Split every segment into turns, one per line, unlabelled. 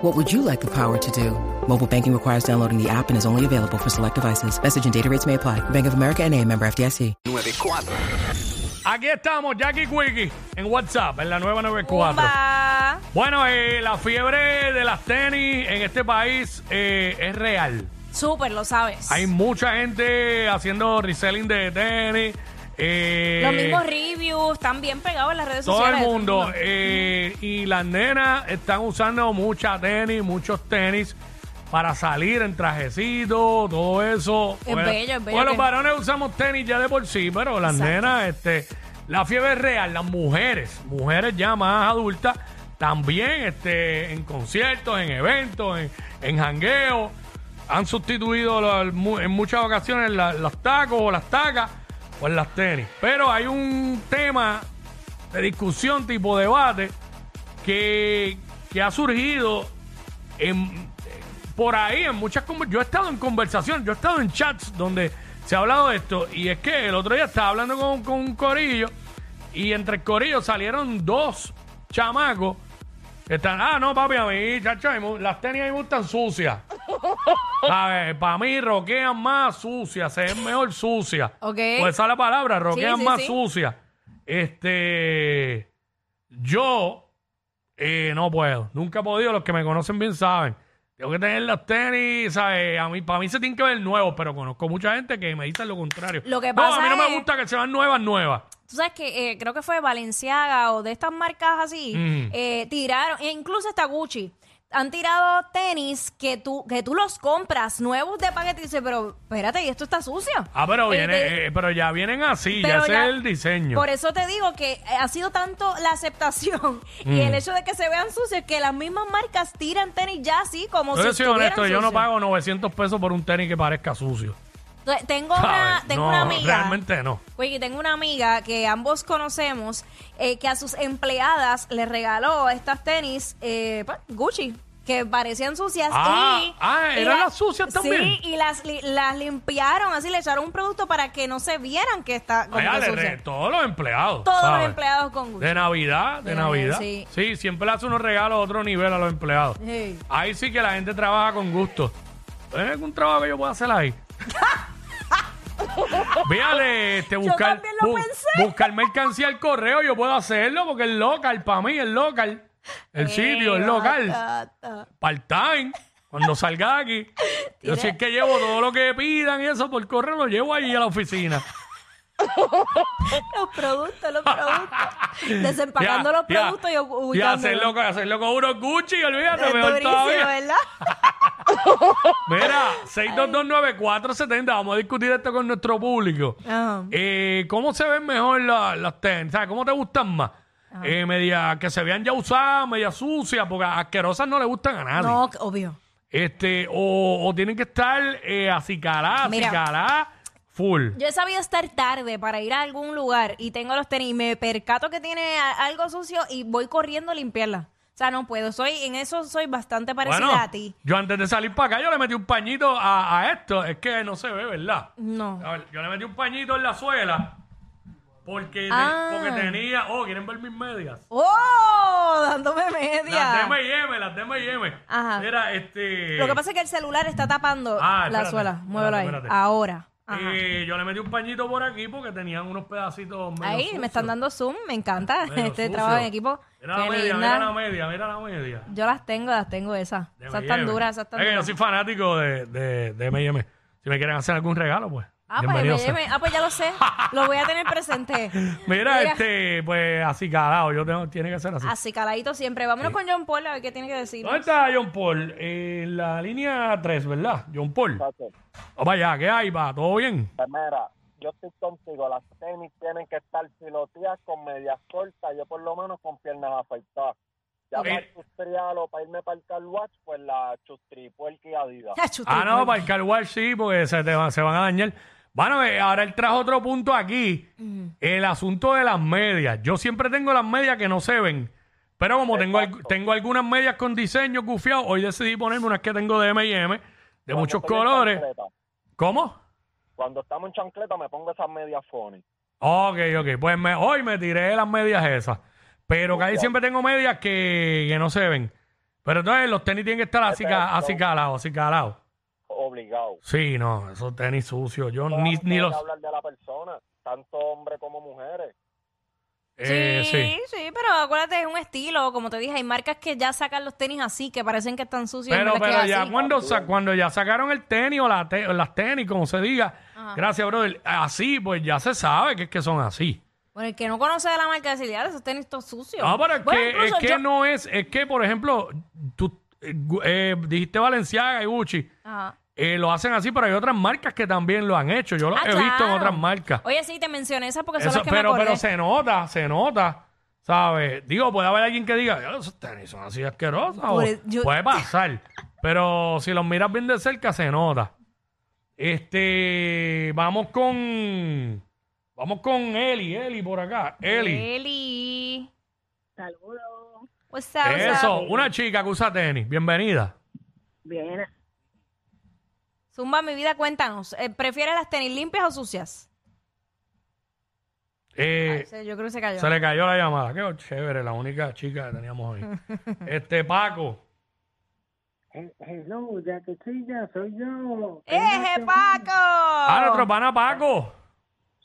What would you like the power to do? Mobile banking requires downloading the app and is only available for select devices. Message and data rates may apply. Bank of America and a member FDIC.
94.
Aquí estamos, Jackie Quickie, en WhatsApp, en la nueva 94.
Zumba.
Bueno, eh, la fiebre de las tenis en este país eh, es real.
Súper, lo sabes.
Hay mucha gente haciendo reselling de tenis. eh,
Los mismos reviews están bien pegados en las redes
todo el
sociales. de
mundo. eh, y las nenas están usando mucha tenis, muchos tenis para salir en trajecito, todo eso.
Es bello, es bello
Bueno, los
que-
varones usamos tenis ya de por sí, pero las
Exacto.
nenas, este, la fiebre es real. Las mujeres, mujeres ya más adultas, también este, en conciertos, en eventos, en, en jangueos, han sustituido lo- mu- en muchas ocasiones la- los tacos o las tacas por las tenis. Pero hay un tema de discusión tipo debate que, que ha surgido en- por ahí en muchas conver- yo he estado en conversación yo he estado en chats donde se ha hablado de esto y es que el otro día estaba hablando con, con un corillo y entre el corillo salieron dos chamacos que están ah no papi a mí chacho a mí me- las tenis a mí me gustan sucias ¿Sabes? para mí roquean más sucias se ven mejor sucias
Ok.
pues esa es la palabra roquean
sí,
más
sí.
sucias este yo eh, no puedo. Nunca he podido. Los que me conocen bien saben. Tengo que tener los tenis, ¿sabes? A mí, para mí se tienen que ver nuevos, pero conozco mucha gente que me dice lo contrario.
Lo que
no, a
pasa
mí no
es-
me gusta que se van nuevas, nuevas.
Tú sabes que eh, creo que fue Valenciaga o de estas marcas así,
Mm.
eh, tiraron, e incluso hasta Gucci, han tirado tenis que tú, que tú los compras nuevos de paquete y dices, pero espérate, y esto está sucio.
Ah, pero,
Eh,
viene,
de-
eh, pero ya vienen así, ya
pero
ese
ya-
es el diseño.
Por eso te digo que eh, ha sido tanto la aceptación y
Mm.
el hecho de que se vean sucios que las mismas marcas tiran tenis ya así como
Yo
si
te soy
estuvieran
honesto, yo no
sucios.
pago 900 pesos por un tenis que parezca sucio.
Entonces, Tengo una,
¿sabes?
tengo
No,
una amiga.
Realmente no.
Oye, tengo una amiga que ambos conocemos eh, que a sus empleadas le regaló estas tenis eh, pues, Gucci que parecían sucias
Ah,
y,
ah,
y
¿eran
la-
las sucias también?
Sí, y las, li- las limpiaron, así le echaron un producto para que no se vieran que está como
Allá
que
le
sucia.
re- todos los empleados.
Todos los
¿sabes?
empleados con Gucci.
De Navidad, de
De
Navidad.
Navidad,
Sí.
sí.
siempre le hace unos regalos a otro nivel a los empleados.
Sí.
Ahí sí que la gente trabaja con gusto. ¿Tienes algún trabajo que yo pueda hacer ahí? Víale, este, buscar,
también lo pensé.
buscar mercancía al correo, yo puedo hacerlo porque es local, para mí es local. El sitio
Ey,
es local.
batata.
Part-time, cuando salga de aquí. Yo si es que llevo todo lo que pidan y eso por correo, lo llevo ahí a la oficina.
Los productos, los productos. Desempacando los
Ya, ya,
productos y u-
Y
ubicándolos.
hacerlo, con- hacerlo con unos Gucci, olvídate,
Es
mejor
durísimo,
todavía.
¿verdad?
Mira, 6229470, vamos a discutir esto con nuestro público.
Ajá.
Eh, ¿Cómo se ven mejor la- las tenis? ¿Sabes? ¿Cómo te gustan más?
Ah.
Eh, media, que se vean ya usadas, media sucias, porque asquerosas no le gustan a nadie.
No, obvio.
Este, o, o tienen que estar eh, acicaladas,
Mira.
acicaladas, full.
Yo he sabido estar tarde para ir a algún lugar y tengo los tenis y me percato que tiene a- algo sucio y voy corriendo a limpiarla. O sea, no puedo. Soy en eso soy bastante parecida
Bueno,
a ti.
yo antes de salir para acá, yo le metí un pañito a, a esto. Es que no se ve, ¿verdad?
No.
A ver, yo le metí un pañito en la suela porque, te-
Ah.
porque tenía... Oh, ¿quieren ver mis medias?
¡Oh! Dándome
Las
media.
DM, las DM.
Ajá.
Era este.
Lo que pasa es que el celular está tapando
Ah,
la
espérate,
suela.
espérate,
Muévelo ahí.
espérate.
Ahora. Ajá.
eh, yo le metí un pañito por aquí porque tenían unos pedacitos. medio
ahí me están
sucios,
dando zoom. Me encanta
medio
este
sucios.
trabajo en equipo.
Mira la
Qué
media,
linda.
mira la media, mira la media.
Yo las tengo, las tengo esas.
De
Esas
M&M.
tan duras, esas tan
Es que yo
duras.
soy fanático de, de, de MM. Si me quieren hacer algún regalo, pues.
Ah, pues,
Bienvenido
me
sea.
lleve- ah, pues ya lo sé. Lo voy a tener presente.
Mira, este, pues así calado, yo tengo, tiene que ser así.
Así caladito siempre. Vámonos con John Paul a ver qué tiene que decir.
¿Dónde está John Paul? En la línea 3, ¿verdad? John Paul. Vamos allá, ¿qué hay, va? ¿Todo bien?
Pues Mira, yo estoy contigo. Las tenis tienen que estar filoteadas con medias cortas. Yo, por lo menos, con piernas afectadas. Ya
Ok.
para el chustrial o para irme para el car wash, pues la chustri, puerca y adidas.
Chacho,
Ah,
tú,
no,
Paul.
para el car wash sí, porque se, te va- se van a dañar. Bueno, eh, ahora él trajo otro punto aquí. El asunto de las medias. Yo siempre tengo las medias que no se ven. Pero como tengo, al- tengo algunas medias con diseño gufiado, hoy decidí ponerme unas que tengo de M&M, de
Cuando
muchos
estoy en
colores.
chancleta,
¿Cómo?
Cuando estamos en chancleta, me pongo esas medias funny.
Ok, ok. Pues me- hoy me tiré las medias esas. Pero casi siempre tengo medias que, que no se ven. Pero entonces los tenis tienen que estar así, ca- así calados, así calados.
Obligado.
Sí, no, esos tenis sucios. Yo
No
ni,
vamos
ni
a
los...
hablar de la persona, tanto hombres como mujeres.
eh, sí.
sí, sí, pero acuérdate, es un estilo. Como te dije, hay marcas que ya sacan los tenis así, que parecen que están sucios. en
Pero,
verdad que
pero
es
ya
así.
cuando, sa- cuando ya sacaron el tenis o la te- o las tenis, como se diga, gracias, brother, así, pues ya se sabe que es que son así.
Bueno, el que no conoce de la marca de Ciliar, esos tenis todos sucios.
No, pero es
Bueno,
que, es
incluso
que
yo-
no es, es que, por ejemplo, tú eh, gu- eh, dijiste Valenciaga y Gucci,
Ajá.
eh, lo hacen así, pero hay otras marcas que también lo han hecho. Yo lo
Ah,
he visto en
claro.
otras marcas.
Oye, sí, te mencioné esas porque son
Eso-
las que
pero,
me acordé.
pero se nota, se nota. ¿Sabes? Digo, puede haber alguien que diga, "Ya, esos tenis son así asquerosos. o-
Por el- yo-
Puede pasar. pero si los miras bien de cerca, se nota. Este, vamos con. Vamos con Eli, Eli por acá. Eli.
Eli.
Saludos.
What's up, what's up?
Eso, una chica que usa tenis. Bienvenida.
Bien.
Zumba, mi vida, cuéntanos. eh, ¿Prefieres las tenis limpias o sucias?
Eh,
Ay, se- yo creo que se cayó.
se le cayó la llamada. Qué chévere, la única chica que teníamos hoy. este,
Oh.
Paco.
He- Hello, ya que sí, ya soy yo.
¡Eje, Paco!
Ah, nuestro pana Paco.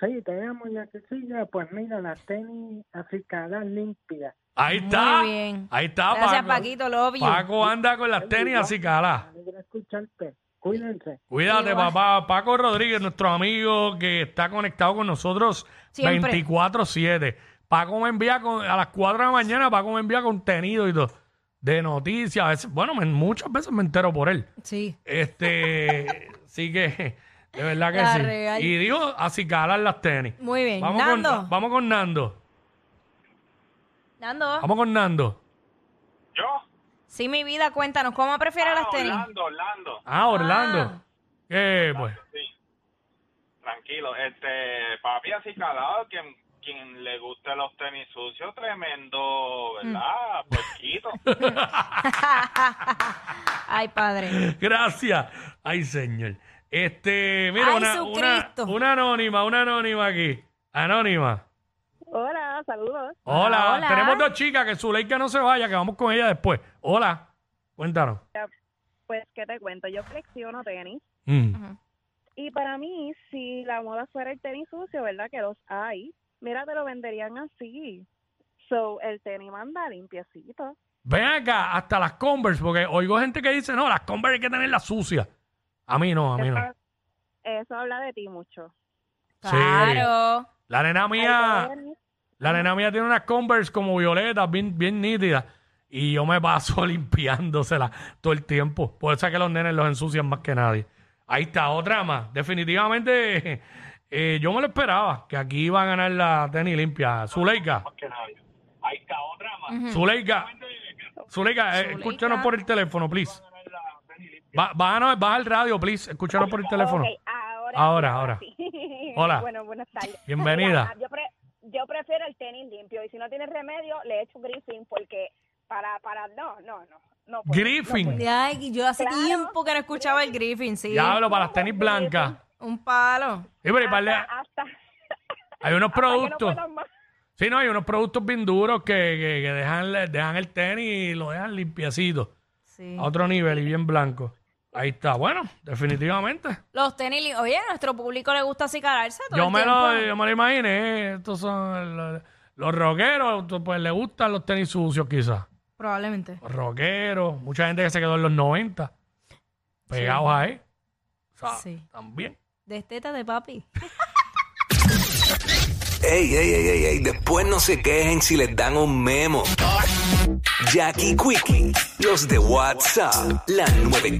Sí, te amo, ya que sí, ya. Pues mira, las tenis acicadas limpias.
Ahí
Muy
está.
bien.
Ahí está,
Gracias,
Paco.
Paquito, love you.
Paco anda con las tenis así cala.
Me alegra escucharte. Cuídense.
Cuídate, papá. Paco Rodríguez, nuestro amigo que está conectado con nosotros
Siempre.
24-7. Paco me envía con- a las 4 de la mañana, Paco me envía contenido y todo. De noticias. A veces- bueno, me- muchas veces me entero por él.
Sí.
Este, sí que, de verdad que
La
sí.
real.
Y digo, así calar las tenis.
Muy bien.
Vamos
Nando.
Con, vamos con Nando.
Nando,
Vamos con Nando.
¿Yo?
sí, mi vida, cuéntanos. ¿Cómo prefieres las tenis?
Orlando, Orlando.
Ah, Orlando. Eh, pues.
Sí. Tranquilo. Este, papi, así calado, quien, quien le guste los tenis sucios, tremendo, ¿verdad? Puerquito.
Ay, padre.
Gracias. Ay, señor. Este, mira,
Ay,
una,
su
una,
Cristo.
una anónima, una anónima aquí. Anónima.
Hola, saludos.
Hola.
Ah, hola.
Tenemos dos chicas que Zuleika no se vaya, que vamos con ella después. Hola. Cuéntanos.
Pues, ¿qué te cuento? Yo flexiono tenis.
Mm.
Y para mí, si la moda fuera el tenis sucio, ¿verdad? Que los hay. Mira, te lo venderían así. So, el tenis manda limpiecito.
Ven acá, hasta las Converse, porque oigo gente que dice, no, las Converse hay que tenerlas sucias. A mí no, a mí no.
Eso- Eso habla de ti mucho.
Sí.
Claro.
La nena mía, la nena mía tiene unas Converse como violetas, bien, bien nítidas. Y yo me paso limpiándoselas todo el tiempo. Por eso es que los nenes los ensucian más que nadie. Ahí está, otra más. Definitivamente, eh, yo me lo esperaba, que aquí iba a ganar la tenis limpia. Zuleika,
que nadie. Ahí está otra más.
Zuleika, Zuleika, eh, escúchanos por el teléfono, please. Ba- baja, baja el radio, please. Escúchanos por el teléfono.
Ok, ahora.
Ahora,
sí,
ahora.
sí.
Hola.
Bueno, buenas tardes.
Bienvenida.
Mira, yo, pre- yo prefiero el tenis limpio y si no tienes remedio, le echo Griffin porque para, para, no, no, no. no puedo,
Griffin.
Ay, yo hace
Claro.
tiempo que no escuchaba el Griffin, sí.
Diablo, para las tenis blancas.
Un palo.
Sí, pero hay,
no puedo.
par de-
ah,
Hasta, hasta-
hay unos
hasta que no
productos.
puedan más.
sí, no, hay unos productos bien duros que, que- que dejan, dejan el tenis y lo dejan limpiecito.
Sí.
A otro nivel y bien blanco. Ahí está. Bueno, definitivamente.
Los tenis, li- oye, a nuestro público le gusta acicalarse todo
Yo
el
me,
tiempo.
lo, yo me lo imaginé. eh. Estos son los, los rockeros. Pues les gustan los tenis sucios quizás.
Probablemente.
Los rockeros. Mucha gente que se quedó en los 90. Pegados ahí. O sea,
Sí.
También.
Desteta de papi.
Ey, ey, ey, ey, ey, después no se quejen si les dan un memo. Jackie Quickie, los de WhatsApp, la 94.